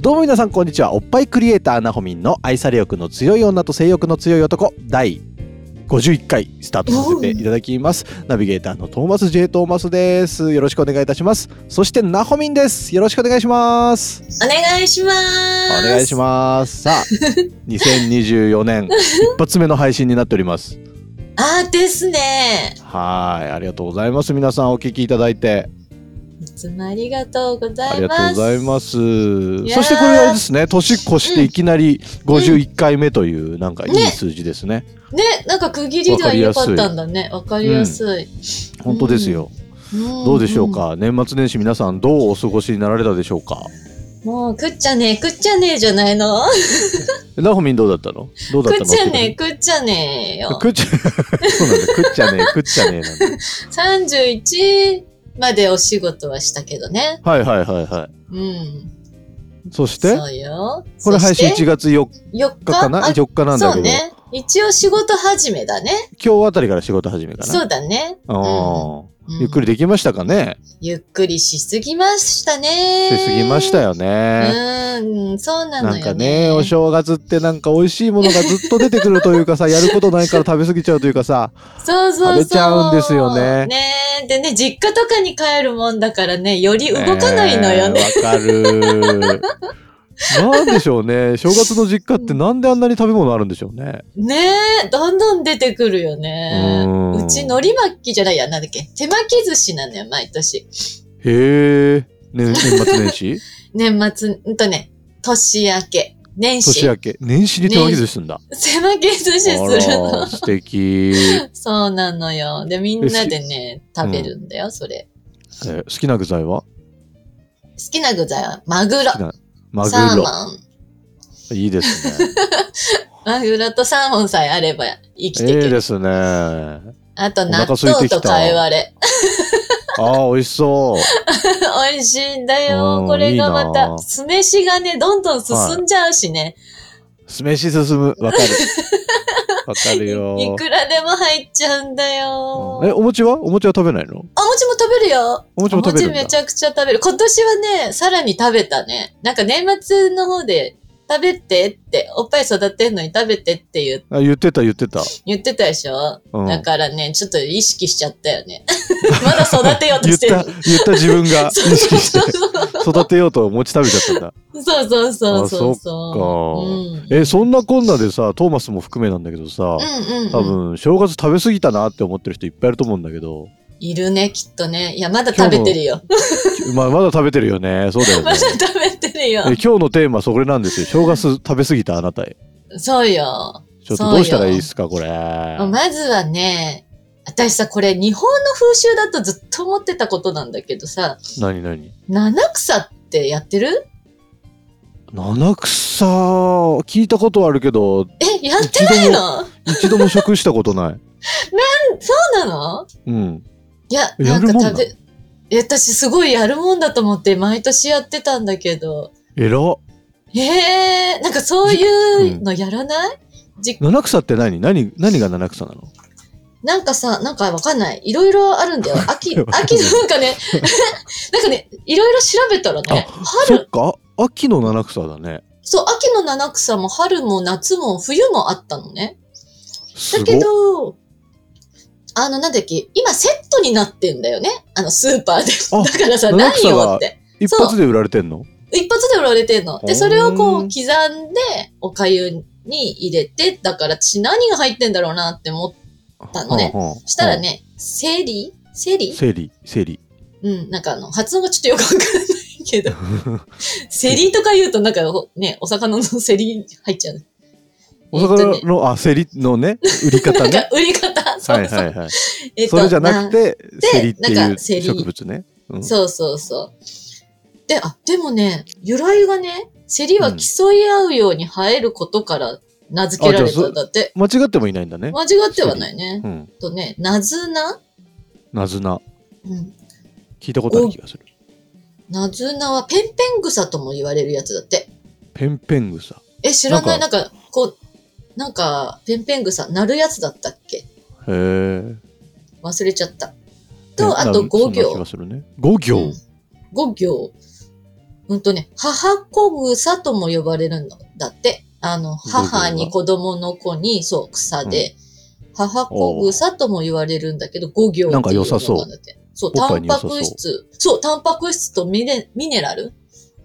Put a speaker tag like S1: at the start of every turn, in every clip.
S1: どうも皆さんこんにちはおっぱいクリエイターなほみんの愛され欲の強い女と性欲の強い男第51回スタートさせていただきますナビゲーターのトーマス J トーマスですよろしくお願いいたしますそしてなほみんですよろしくお願いします
S2: お願いします。
S1: お願いしますさあ2024年一発目の配信になっております
S2: あーですね。
S1: はいありがとうございます皆さんお聞きいただいて
S2: いつもありがとうござ
S1: あ
S2: い
S1: りが
S2: ま
S1: とう
S2: す。。
S1: ございますす
S2: いやー
S1: そしてこれはですね年越していきなり51回目というなんかいい
S2: ね
S1: 数字ですね
S2: ね、なんか区切りでは良かったんだね。わかりやすい。
S1: 本当ですよ、
S2: ん
S1: どうでしょう。か、年末年始皆さんどうお過ごしになられたでしょうか
S2: もう、食っちゃねえ、食っちゃねえじゃないの
S1: えなほみんどうだったのどうだっ
S2: 食
S1: たの
S2: っちゃねえ、食っちゃねえよ。
S1: 食っちゃ そうなんだ食っちゃねえ食っちゃねえなんだ
S2: 31までお仕事はしたけどね。
S1: はいはいはいは
S2: うん。
S1: いそして
S2: そうよ。
S1: これ配信
S2: そして
S1: 1月4日
S2: 4日
S1: かな
S2: あ
S1: 4日なんだけ
S2: そ
S1: ど、
S2: うね。一応仕事始めだね。
S1: 今日あたりから仕事始めかな
S2: そううだね。
S1: あ、
S2: うん
S1: ゆっくりできましたかね
S2: ゆっくりしすぎましたね。
S1: しすぎましたよね、
S2: うん、そうなの
S1: な
S2: よ、
S1: ん
S2: ね。
S1: かねお正月ってなんか美味しいものがずっと出てくるというかさやることないから食べ過ぎちゃうというかさ
S2: そうそうそ
S1: 食
S2: う。
S1: べちゃうんですよね
S2: ねえでね、実家とかに帰るもんだからね、より動かないのよね。
S1: ねえわ、かる。 なんでしょうね。正月の実家ってなんであんなに食べ物あるんでしょうね。
S2: ねえ、どんどん出てくるよね。
S1: うん
S2: うち、海苔巻きじゃないや、なんだっけ。手巻き寿司なのよ、毎年。
S1: へえ。ね、年末年始
S2: 年末、うんとね、年明け、年始。
S1: 年明け。年始に手巻き寿司すんだ。
S2: 手巻き寿司する
S1: あ
S2: の
S1: ら、。素敵。
S2: そうなのよ。で、みんなでね、食べるんだよ、それ。
S1: え好きな具材は
S2: 好きな具材は、マグロ
S1: 好き。なマグ
S2: サー
S1: ロ。
S2: モン。
S1: いいですね。
S2: マグロとサーモンさえあれば生きていけ
S1: いい
S2: る。
S1: ですね。あ
S2: あと
S1: お腹
S2: 納
S1: 空いて
S2: 豆
S1: きた
S2: とかいわれ。
S1: あ、美味しそう。
S2: 美味しいんだ
S1: う
S2: よ。
S1: ん
S2: これがま
S1: いいな
S2: た、酢飯がね、どんどん進んじゃうしね。
S1: 酢飯進む。わか る。わかるよ。
S2: いくらでも入っちゃうんだ
S1: うんえ、
S2: よ。
S1: お餅はお餅は食べないの
S2: あ、餅も食べるよ。
S1: お餅も食べるんだ
S2: お餅めちゃくちゃ食べる。今年はね、さらに食べたね。なんか年末の方で、食べてって、おっぱい育てんのに食べてって言う
S1: あ言ってた言ってた。
S2: 言ってたでしょ、
S1: うん
S2: だからね、ちょっと意識しちゃったよね。 まだ育てようと
S1: 言っ
S2: してる
S1: た、。言った自分が意識して、育てようと餅食べちゃったんだ。
S2: そうそうそうそう
S1: あ
S2: そう。うん、
S1: え、そんなこんなでさ、トーマスも含めなんだけどさ、
S2: うんうん、
S1: 多分、正月食べ過ぎたなって思ってる人いっぱいいると思うんだけ ど、
S2: いるね、きっとね。いや、まだ食べてるよ。
S1: まあ、まだ食べてるよね。そうだよ
S2: ま
S1: ね
S2: だ。食べてるよ
S1: え。今日のテーマそれなんですよ。正月食べ過ぎたあなたへ。
S2: そうよ。
S1: ちょっとどうしたらいい
S2: そう
S1: で
S2: よ
S1: すか、これ。
S2: まずはね、私さ、これ日本の風習だとずっと思ってたことなんだけどさ、
S1: 何何
S2: 七草ってやってる
S1: 七草、聞いたことはあるけど、
S2: え、やってないのそ
S1: 一度も食したことない。
S2: うなの
S1: うん。
S2: いや、
S1: え
S2: なん
S1: やる
S2: か
S1: もんな
S2: 食べ、え私すごいやるもんだと思って毎年やってたんだけど。
S1: えら。
S2: えー、なんかそういうのやらない、じ
S1: 七草って何何、何が七草なの
S2: なんかさ、なんかわかんない。いろいろあるん だよ。秋、秋
S1: わかんない
S2: なんかね、 なんかね、いろいろ調べたらね、
S1: あそっ
S2: 春、
S1: か秋の七草だね。
S2: そう、秋の七草も春も夏も冬もあったのね。
S1: す
S2: だ
S1: ご
S2: けど、あの、なんだっけ、今セットになってんだよね。あの、スーパー
S1: あ
S2: で。だからさ、
S1: 七
S2: 何
S1: 草が
S2: よって。
S1: 一発で売られてんの
S2: 一発で売られてんの。
S1: ほー
S2: で、それをこう、刻んで、お粥に入れて、だから私何が入ってんだろうなって思ったのね。
S1: はあはあ
S2: したら。ね、セリセリ
S1: セリ、セ リ。
S2: うん、なんかあの、発音がちょっとよくわかんないけど、セリとか言うとなんかほね、お魚のセリ入っちゃ う。
S1: お
S2: えっ
S1: 魚
S2: とね
S1: の、あ、セリのね、売り方
S2: なん
S1: ね。
S2: か売り方、そうそう。
S1: はいはいはい。
S2: えっと
S1: それじゃなくて、セリって
S2: ないん
S1: う
S2: かセリ
S1: 植物ね。う
S2: なんそうそうそう。で、あ、でもね、由来がね、競りは競い合うように生えることから名付けられたんだって。
S1: 間違ってもいないんだね。
S2: 間違ってはないね。
S1: うん。
S2: とね、なずな、
S1: なずな。
S2: うん、
S1: 聞いたことある気がする。
S2: なずなはペンペン草とも言われるやつだって。
S1: ペンペン草。
S2: え、知らない
S1: な
S2: なんか、こう、なんか、ペンペン草、なるやつだったっけ
S1: へえ。
S2: 忘れちゃった。
S1: ペン
S2: と、あと5
S1: そんな気
S2: 行
S1: が。するね。五行。
S2: うん5行。うんとね、母子草とも呼ばれるんだって。あの、
S1: 行が
S2: 母に子供の子に、そう、草で、母子草とも言われるんだけど、5行
S1: なんか良さそう
S2: っていのがあるんだってそ
S1: お
S2: う、
S1: っ
S2: タ
S1: ぱい
S2: ン
S1: に良
S2: パ
S1: さそう
S2: ク質、そう、タンパク質とミネミネラル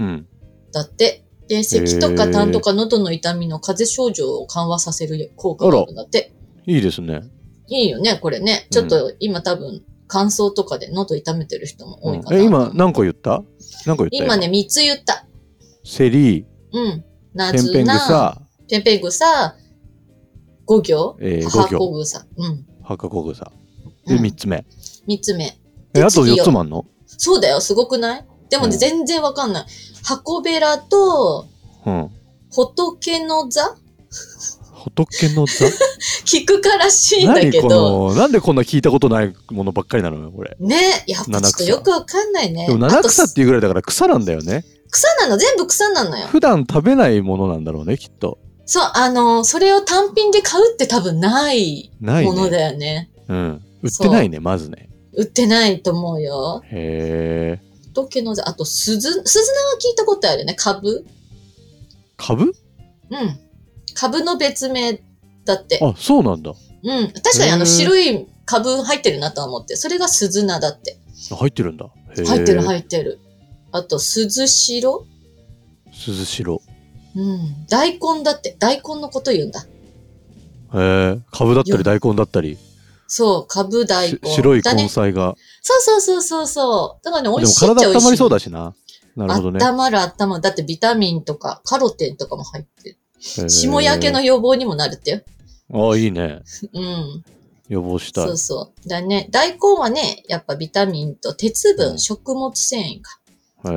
S1: うん。
S2: だって。で、咳と
S1: へ
S2: か
S1: ー
S2: 痰とか喉の痛みの風邪症状を緩和させる効果があるんだって。
S1: いいですね。
S2: いいよね、これね。ちょっと今多分、乾燥とかで喉痛めてる人も多いか
S1: うん
S2: な。
S1: え、今、何個言った何個言った
S2: 今。ね、3つ言った。
S1: セリ、
S2: うん。な
S1: ペン
S2: ず
S1: ペン
S2: な、
S1: 草、
S2: ペンペン草、五行、
S1: えー
S2: 母
S1: 五行、
S2: 子草。うん。
S1: 八角草。
S2: う
S1: で、
S2: ん
S1: 三つ目。
S2: 三つ目。
S1: え、
S2: で
S1: あと
S2: 次
S1: 四
S2: よ
S1: つもあんの
S2: そうだよ、すごくないでもね
S1: うん
S2: 全然わかんない。箱べらと、
S1: うん。
S2: 仏の座
S1: 仏の座
S2: 聞くからし いんだ
S1: 何
S2: け
S1: こ
S2: ど。
S1: の、なんでこんな聞いたことないものばっかりなのよ、これ。
S2: ね、やっぱちょっとよくわかんないね。
S1: でも七草
S2: あ
S1: っていうぐらいだから草なんだよね。
S2: と草なの、全部草なのよ。
S1: 普段食べないものなんだろうね、きっと。
S2: そう、あのーそれを単品で買うって多分ない
S1: ない
S2: もの
S1: ね。
S2: だよね。
S1: うん。売ってないね、まずね。
S2: 売ってないと思うよ。
S1: へえ。
S2: 仏の座、あと鈴、鈴菜は聞いたことあるよね。株
S1: 株
S2: うん。株の別名だって。
S1: あ、そうなんだ。
S2: うん。確かにあ
S1: へー
S2: の白い株入ってるなとは思って。それが鈴菜だって。
S1: 入ってるんだ。へえ
S2: 入ってる入ってる。あと、鈴白
S1: 鈴代。
S2: うん。大根だって。大根のこと言うんだ。
S1: へえ。株だったり
S2: よ
S1: 大根だったり、
S2: そう、株大
S1: し
S2: 根。
S1: 白い
S2: だ
S1: 根
S2: ね。
S1: 菜が。
S2: そうそうそうそうそう。だからね、
S1: で
S2: 美味
S1: も
S2: しいっち
S1: 体
S2: ゃ美
S1: 温
S2: 味しい。
S1: まりそうだしな。なるほどね。
S2: 温まる温まる。だってビタミンとかカロテンとかも入ってる。
S1: へえ
S2: 霜焼けの。予防にもなるってよ。
S1: あ、いいね。
S2: うん。
S1: 予防したい
S2: そう。そう。だね。大根はね、やっぱビタミンと鉄分、
S1: うん
S2: 食物繊維が。
S1: へ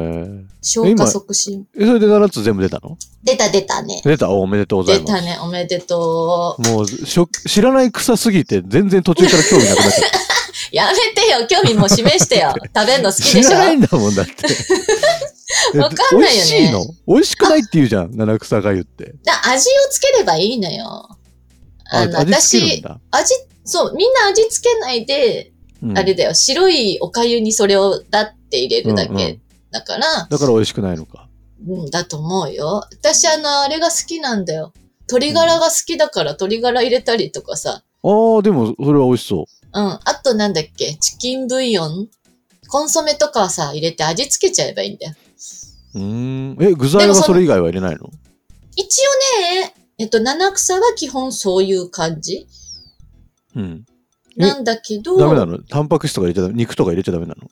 S2: 消化促進。
S1: え。えそれで7つ全部出たの
S2: 出た出たね。
S1: 出たおおめでとうござい
S2: 出
S1: ます。
S2: たね。おめでとう。
S1: もうしょ、知らない草すぎて、全然途中から興味なくなっちゃった。
S2: やめてよ。興味も示して よ。食べるの 好きで
S1: 知
S2: しょ
S1: らないんだもんだって。え
S2: わかんない
S1: 美
S2: よね
S1: 味しいの美味しくないって言うじゃん、七草がゆって。
S2: だ味をつければいいのよ。あの、
S1: 味付けるん
S2: 私、
S1: だ。
S2: 味、そう、みんな味付けないで、
S1: うん
S2: あれだよ。白いお粥にそれをだって入れるだけ。
S1: うんうん
S2: だから、
S1: だから美味しくないのか。
S2: うん、だと思うよ。私、あの、あれが好きなんだよ。鶏ガラが好きだから、鶏ガラ入れたりとかさ。
S1: ああ、でも、それは美味しそう。
S2: うん。あと、なんだっけ、チキンブイヨンコンソメとかはさ、入れて味付けちゃえばいいんだよ。
S1: うーん。え、具材はそれ以外は入れないの
S2: 一応ね、えっと、七草は基本そういう感じ
S1: うん。え
S2: なんだけど、
S1: ダメなのタンパク質とか入れちゃダメ肉とか入れちゃダメなの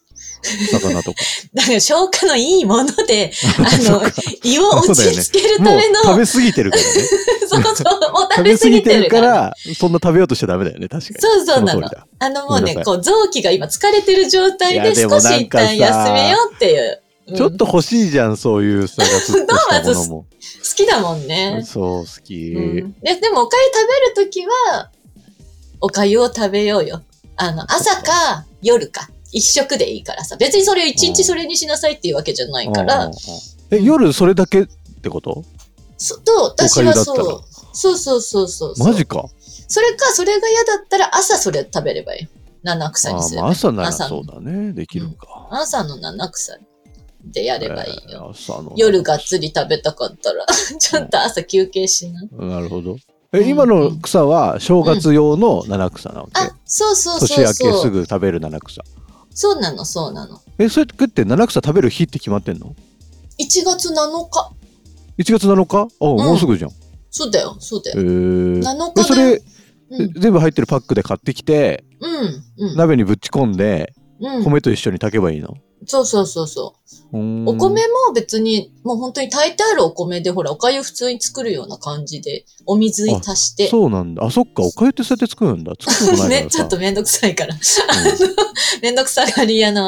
S1: 魚とか。
S2: だから消化のいいもので、 あ
S1: そ
S2: の
S1: っか、
S2: 胃を落ち着けるた
S1: もう
S2: めの、
S1: 食べ過ぎてるからね。
S2: そうそう、もう食
S1: 食
S2: べ
S1: べ
S2: 過
S1: 過
S2: ぎ
S1: ぎ
S2: て
S1: て
S2: る
S1: る
S2: か。
S1: からら、そんな食べようとしちゃダメだよね、確かに。
S2: そうそうな
S1: そ
S2: の
S1: の通りだ。
S2: あのもう
S1: ごめん
S2: ね、
S1: なさ
S2: こう、臓器が今疲れてる状態
S1: いや
S2: で
S1: で
S2: 少
S1: もな
S2: し
S1: ん
S2: 一
S1: かさ
S2: 旦休めようっていう。うん
S1: ちょっと欲しいじゃん、そういうさ、ガツ ッとしたものも。
S2: 好きだもんね。
S1: そう、好き。
S2: うんででもおかゆ食べるときは、おかゆを食べようよ。あの、朝か夜か。一食でいいからさ。別にそれ一日それにしなさいっていうわけじゃないか
S1: うん
S2: ら
S1: うんうん。え、夜それだけってこと
S2: そと、私は
S1: お粥だっ
S2: そう。そうそうそうそうそう。
S1: マジか。
S2: それか、それが嫌だったら朝それ食べればいい。七
S1: あ
S2: 草にす
S1: ー
S2: る
S1: まあ、。朝なら
S2: 朝
S1: そうだね。できるか。
S2: 朝の七草でやればいい
S1: えー
S2: よ。
S1: 朝の
S2: 夜がっつり食べたかったら、 ちょっと朝休憩しな。
S1: なるほど。
S2: うん
S1: え、今の草は正月用の七草なわけ。
S2: あ、そうそう
S1: 年
S2: そう
S1: 明け
S2: そ
S1: す
S2: う。
S1: ぐ食べる七草。
S2: そうなの、そうなの。
S1: え、それ食って七草食べる日って決まってんの
S2: 1月7日。
S1: 1月7日あ、もうすぐじゃん。
S2: そうだよ、そうだ
S1: え
S2: よ。
S1: ー
S2: 7
S1: で
S2: 日
S1: そ
S2: だよ
S1: れ、。
S2: うん、
S1: 全部入ってるパックで買ってきて、
S2: うん、うん。
S1: 鍋にぶち込んで
S2: うん、
S1: 米と一緒に炊けばいいの、
S2: そうそうそうそう。
S1: お
S2: お米も別に、もう本当に炊いてあるお米で、ほら、お粥普通に作るような感じで、お水に足して。
S1: そうなんだあそっかおかゆってそうやって作るんだ作ることない
S2: ね、
S1: から
S2: ち
S1: さ
S2: ょっとめんどくさ いから。
S1: うん
S2: めんどくさがり屋の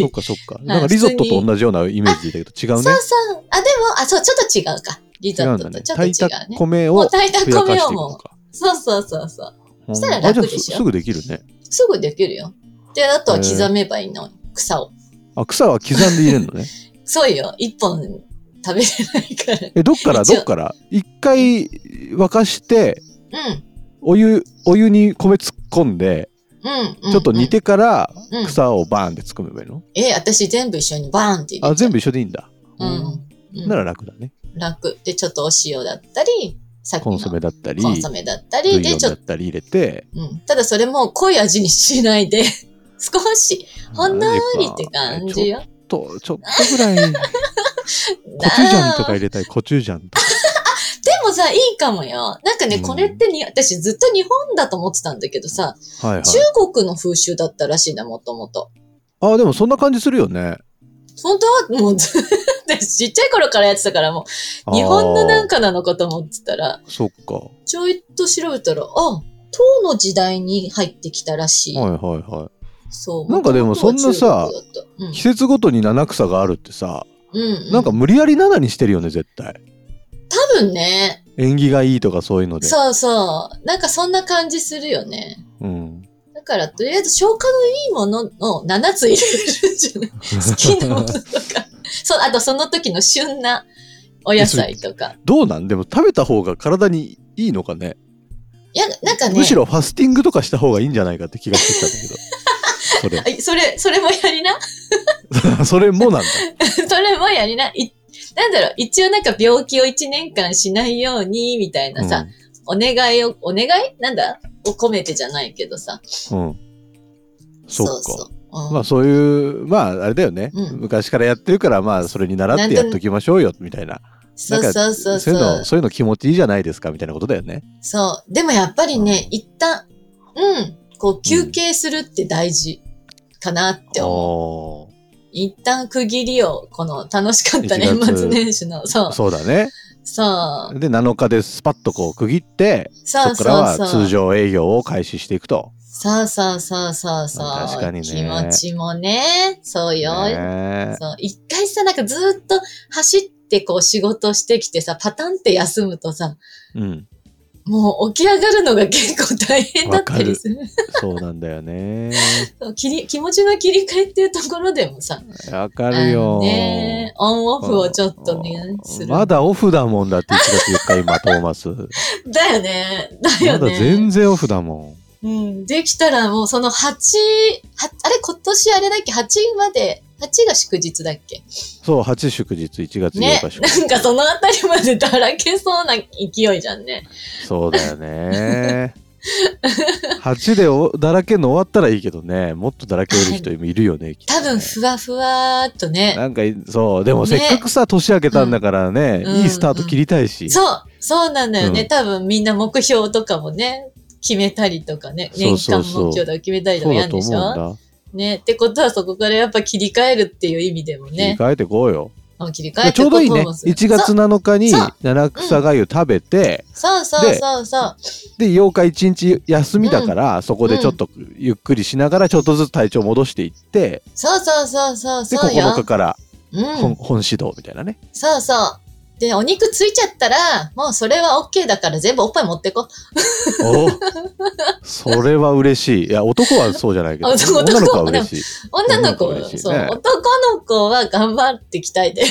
S1: そ
S2: そ
S1: っ
S2: う
S1: かそっかなんかリゾットと同じようなイメージだけど違う
S2: そ
S1: ね
S2: うあ、でも、あ、そう、ちょっと違うか。リ
S1: 違
S2: ゾ
S1: う
S2: ッ
S1: ん
S2: ト
S1: だ
S2: と
S1: ね
S2: ちょっと違
S1: 炊いた
S2: うね。
S1: 米
S2: もう
S1: を
S2: 炊いた
S1: ふやか
S2: 米
S1: してい
S2: を
S1: くの
S2: も
S1: か
S2: う。そうそうそうそう。
S1: うん
S2: したら
S1: あじゃあ
S2: 楽でしょ
S1: すぐできるね
S2: すぐできるよ。で、あとは刻めばいいの。草を。
S1: あ草は刻んで入れる のね
S2: そうよ。一本食べれないから。
S1: えどっから
S2: 一応
S1: どっから一回沸かして
S2: うん。
S1: お湯お湯に米突っ込んで
S2: うん、うん。
S1: ちょっと煮
S2: る。
S1: てから
S2: うん
S1: 草をバーンって突っ込めばいいの
S2: え、私全部一緒にバーンって入れ
S1: あ全
S2: 部。
S1: 部一緒でいいんだ
S2: うん。うん
S1: なら楽だね
S2: 楽。で、ちょっとお塩だったり、さっき
S1: コ
S2: の
S1: ンソメだったり
S2: コンソメだった
S1: ブ
S2: り、
S1: イヨ
S2: で、
S1: ン
S2: ちょ
S1: だ
S2: っ
S1: っ
S2: と、
S1: たり入れて
S2: うん。ただそれも濃い味にしないで、 少し、ほんのりって感じよ。
S1: ちょっとちょっとぐらいコチュジャンとか入れたいコチュジャンとか
S2: でもさ、いいかもよ。なんかね、
S1: うん
S2: これってに、私ずっと日本だと思ってたんだけどさ、
S1: はいはい
S2: 中国の風習だったらしいな、もともと。
S1: あでもそんな感じするよね
S2: 本当はもう、ず 私ちっちゃい頃からやってたから、もう、日本のなん
S1: か
S2: かなのかと思ってたら、
S1: そっかは
S2: ちょいっと調べたら、あ、唐の時代に入ってきたらしい。
S1: いはいは
S2: そう。
S1: なんかでもそんなさ
S2: 元々は中国だ
S1: い季
S2: っ
S1: 節ごとに七草があるってさ
S2: た、うん。う
S1: なんか、無理やり七にしてるよね絶対
S2: 多分ね、
S1: 縁起がいいとかそういうので
S2: そうそう。なんかそんな感じするよね。
S1: うん
S2: だから、とりあえず消化のいいものの7つ入れるんじゃない 好きなものとか。そう、あとその時の旬なお野菜とか。
S1: どうなんでも食べた方が体にいいのかね
S2: いや、なんかね。
S1: むしろファスティングとかした方がいいんじゃないかって気がしてきたんだけど
S2: あそれ、それもやりな。
S1: それそれもなんだ
S2: それもやりな。いなんだろう、一応なんか病気を1年間しないように、みたいなさ、お願いを、お願いなんだを込めてじゃないけどさ。
S1: うん、うん、そっか
S2: うそう。うん
S1: まあそういうまああれだよね、
S2: うん
S1: 昔からやってるからまあそれに習ってやっときましょうよみたいな
S2: そ
S1: なん
S2: う
S1: か
S2: そうそう
S1: そ
S2: そう
S1: いう
S2: う
S1: の。そういうの気持ちいいじゃないですかみたいなことだよね
S2: そう。でもやっぱりね、一旦、うん、こう休憩するって大事かなって思
S1: お
S2: う。一旦区切りを、この楽しかった
S1: 1
S2: 年
S1: 月
S2: 末年始の、そう
S1: ー、そうだね
S2: そう、
S1: で7日でスパッとこう区切って
S2: そ
S1: そうこから
S2: そう
S1: は
S2: そ
S1: 通
S2: う。
S1: 常営業を開始していくと
S2: そうそうそうそうそう。
S1: 確かにね
S2: 気持ちもね、そうよ。
S1: ね
S2: そう一回さ、なんかずっと走ってこう仕事してきてさ、パタンって休むとさ、
S1: うん
S2: もう起き上がるのが結構大変だったりする。
S1: そうなんだよ ね
S2: そう切り気持ちの切り替えっていうところでもさ、
S1: わかる
S2: あの
S1: よ
S2: ね、オンオフをちょっとね、する。
S1: まだオフだもんだって1月4日今トーマスま
S2: だよね。だよね。
S1: だ全然オフだも
S2: うん、できたらもうその8、はあれ今年あれだっけ ?8 まで、8が祝日だっけ
S1: んそう8祝日1月
S2: ね。
S1: 8日祝日、
S2: なんかそのあたりまでだらけそうな勢いじゃんね。
S1: そうだよね 8でおだらけの終わったらいいけどねもっとだらける人いるよねきっと
S2: 多
S1: ね
S2: 分ふわふわーっとね。
S1: なんかいそうでもせっかくさ、年明けたんだからね、
S2: うん
S1: いいスタート切りたいし、
S2: そう、そうなんだよね。
S1: うん
S2: 多分みんな目標とかもね、決めたりとかね。
S1: そう
S2: 年
S1: そう
S2: 間
S1: そう
S2: 目標とか決めたりと
S1: そ
S2: か
S1: う
S2: や
S1: だ
S2: るん
S1: と
S2: で
S1: 思う
S2: し
S1: んだ、
S2: ょね。ってことはそこからやっぱ切り替えるっていう意味でも
S1: 切り
S2: ね。
S1: 替えてこうよ、
S2: あ切り替えて
S1: ちょうどいいね
S2: こともする
S1: 1月7日に
S2: そう
S1: 七草がゆ食べて、
S2: そうそうそうそう。
S1: で8日1日休みだから、そこでちょっとゆっくりしながらちょっとずつ体調戻していって、
S2: そうそうそうそう
S1: で
S2: そ
S1: 9
S2: う
S1: 日
S2: よ。
S1: から
S2: うん
S1: 本,、本指導みたいなね
S2: そうそう。で、お肉ついちゃったら、もうそれは OK だから全部おっぱい持ってこ。
S1: おそれは嬉しいいや男はそうじゃないけど
S2: あそう
S1: 女の子は嬉しい
S2: 女の子は、
S1: 女の子嬉しいね
S2: そう、男の子は頑張って 鍛えて。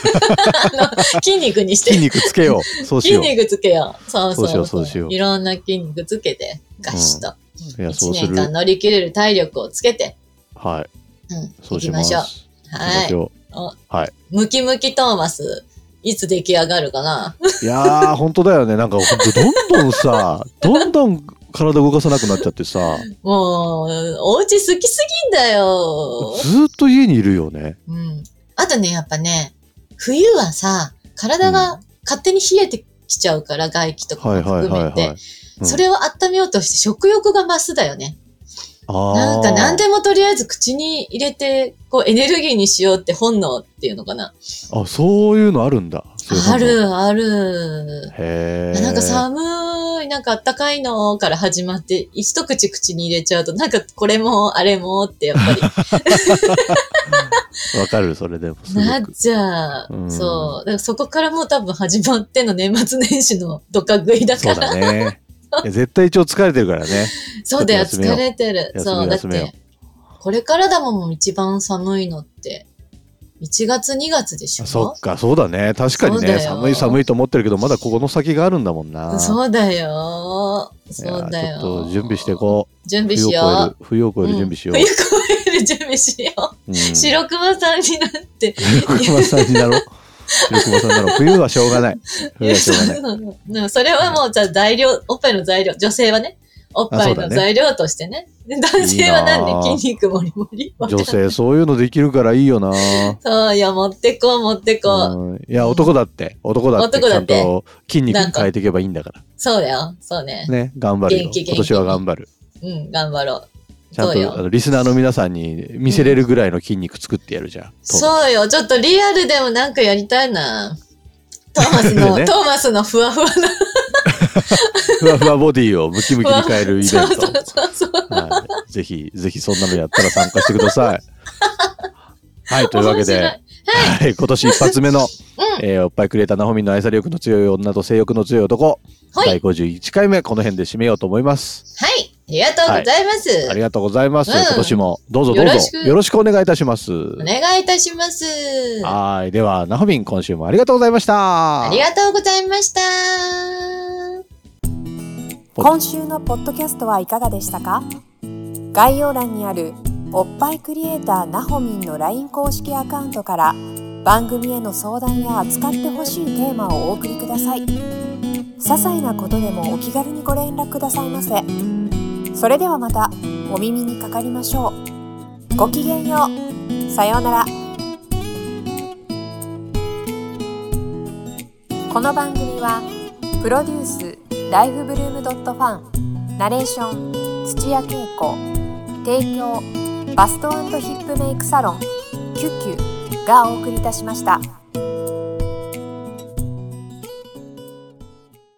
S2: あの、筋肉にして
S1: 筋。肉つけようそうし
S2: 筋
S1: よう
S2: 肉つけよう。そうそ
S1: そう
S2: う
S1: しようそうしよう
S2: いろんな筋肉つけて、ガシッと。
S1: いや
S2: 一
S1: そうす
S2: 年
S1: る
S2: 間乗り切れる体力をつけて、
S1: はい
S2: うん、
S1: そ
S2: 行
S1: う
S2: き
S1: しま
S2: ますしょう。
S1: 行きま
S2: は
S1: し
S2: い。
S1: ょ
S2: お
S1: はい
S2: ムキムキトーマス、いつ出来上がる かな。
S1: ういやー本当だよねなんかほんとどんどんさどんどん体動かさなくなっちゃってさ
S2: もう、お家好きすぎんだよ。
S1: ずーっと家にいるよね
S2: うん。あとね、やっぱね、冬はさ、体が勝手に冷えてきちゃうから、外気とか
S1: はい
S2: も
S1: はい
S2: 含
S1: はい
S2: め
S1: はい
S2: て。
S1: うん
S2: それを温めようとして食欲が増すだよね。
S1: あー
S2: なんか何でもとりあえず口に入れて、こうエネルギーにしようって本能っていうのかな。
S1: あそういうのあるんだそういうの
S2: あるある。
S1: へえ
S2: なんか寒い、なんかあったかいのから始まって、一口口に入れちゃうと、なんかこれもあれもってやっぱ り
S1: わかるそれでもすご
S2: なっ
S1: く
S2: ちゃ
S1: うん
S2: う。そう。だからそこからもう多分始まってんの年末年始のドカ食いだ
S1: そ
S2: か
S1: うだ
S2: ら。
S1: ねいや絶対一応疲れてるからね
S2: そうだよ、
S1: ちょっ
S2: 疲
S1: と休めよう
S2: れてる。
S1: 休めよう
S2: そう、だっ
S1: 休めよ
S2: て、これからだもん、一番寒いのって。1月、2月でしょ
S1: そっかそうだね確かに
S2: そう
S1: ね
S2: だよ
S1: 寒い寒いと思ってるけどまだここの先があるんだもんな
S2: そうだよ。
S1: いや
S2: そうだよ。
S1: ちょっと準備していこう
S2: 準備
S1: 冬を
S2: しよ
S1: 超える
S2: う。
S1: 冬を超える準備しよう、
S2: 冬越える準備しよ
S1: うん
S2: う。白熊さんになって。
S1: 白熊さんになろう白熊さんになろう冬はしょうがない冬はしょうがない
S2: うんそれはもう、じゃあ材料、おっぱいの材料、女性はね、おっぱいの材料としてね。で男性はなん
S1: いいなあ
S2: で筋肉もりもり。
S1: 女性そういうのできるからいいよな
S2: そうよ、持ってこう、持ってこう。
S1: うんいや男だって男だって
S2: 男
S1: ち
S2: だ
S1: ゃ
S2: っ
S1: ん
S2: て
S1: と筋肉に変えていけばいいんだから
S2: そうだよ、そうね。
S1: ね頑張るよ
S2: 元気元気
S1: 今年は頑張る
S2: うん、頑張ろう。
S1: ちゃん
S2: そう
S1: と
S2: よ
S1: あのリスナーの皆さんに見せれるぐらいの筋肉作ってやるじゃん、
S2: そうよ、ちょっとリアルでもなんかやりたいな。トーマスの、
S1: ね
S2: トーマスのふわふわな。
S1: ふわふわボディをムキムキに変えるイベン
S2: そうそう
S1: ト。
S2: そうそう。
S1: はい、ぜひ、ぜひそんなのやったら参加してくだ さい。はい、というわけで、
S2: 面
S1: はい、今年一発目の、
S2: う
S1: えーおっぱいくれたなほみんの愛され欲の強い女と性欲の強い男、
S2: 白い。は
S1: 第
S2: い。
S1: 51回目、この辺で締めようと思います。
S2: はい。ありがとうございます。
S1: ありがとうございます。
S2: うん
S1: 今年もどうぞどう
S2: よろ
S1: ぞ
S2: しく
S1: よろしくお願いいたします。
S2: お願いいたします。あ
S1: はい、では、なほみん、今週もありがとうございました。
S2: りがとうございました。
S3: 今週のポッドキャストはいかがでしたか概要欄にあるおっぱいクリエイターなほみんの LINE 公式アカウントから番組への相談や扱ってほしいテーマをお送りください些細なことでもお気軽にご連絡くださいませそれではまたお耳にかかりましょうごきげんようさようならこの番組は「プロデュースライフブルームドットファンナレーション土屋恵子提供バストヒップメイクサロン「キュッキュ」がお送りいたしました。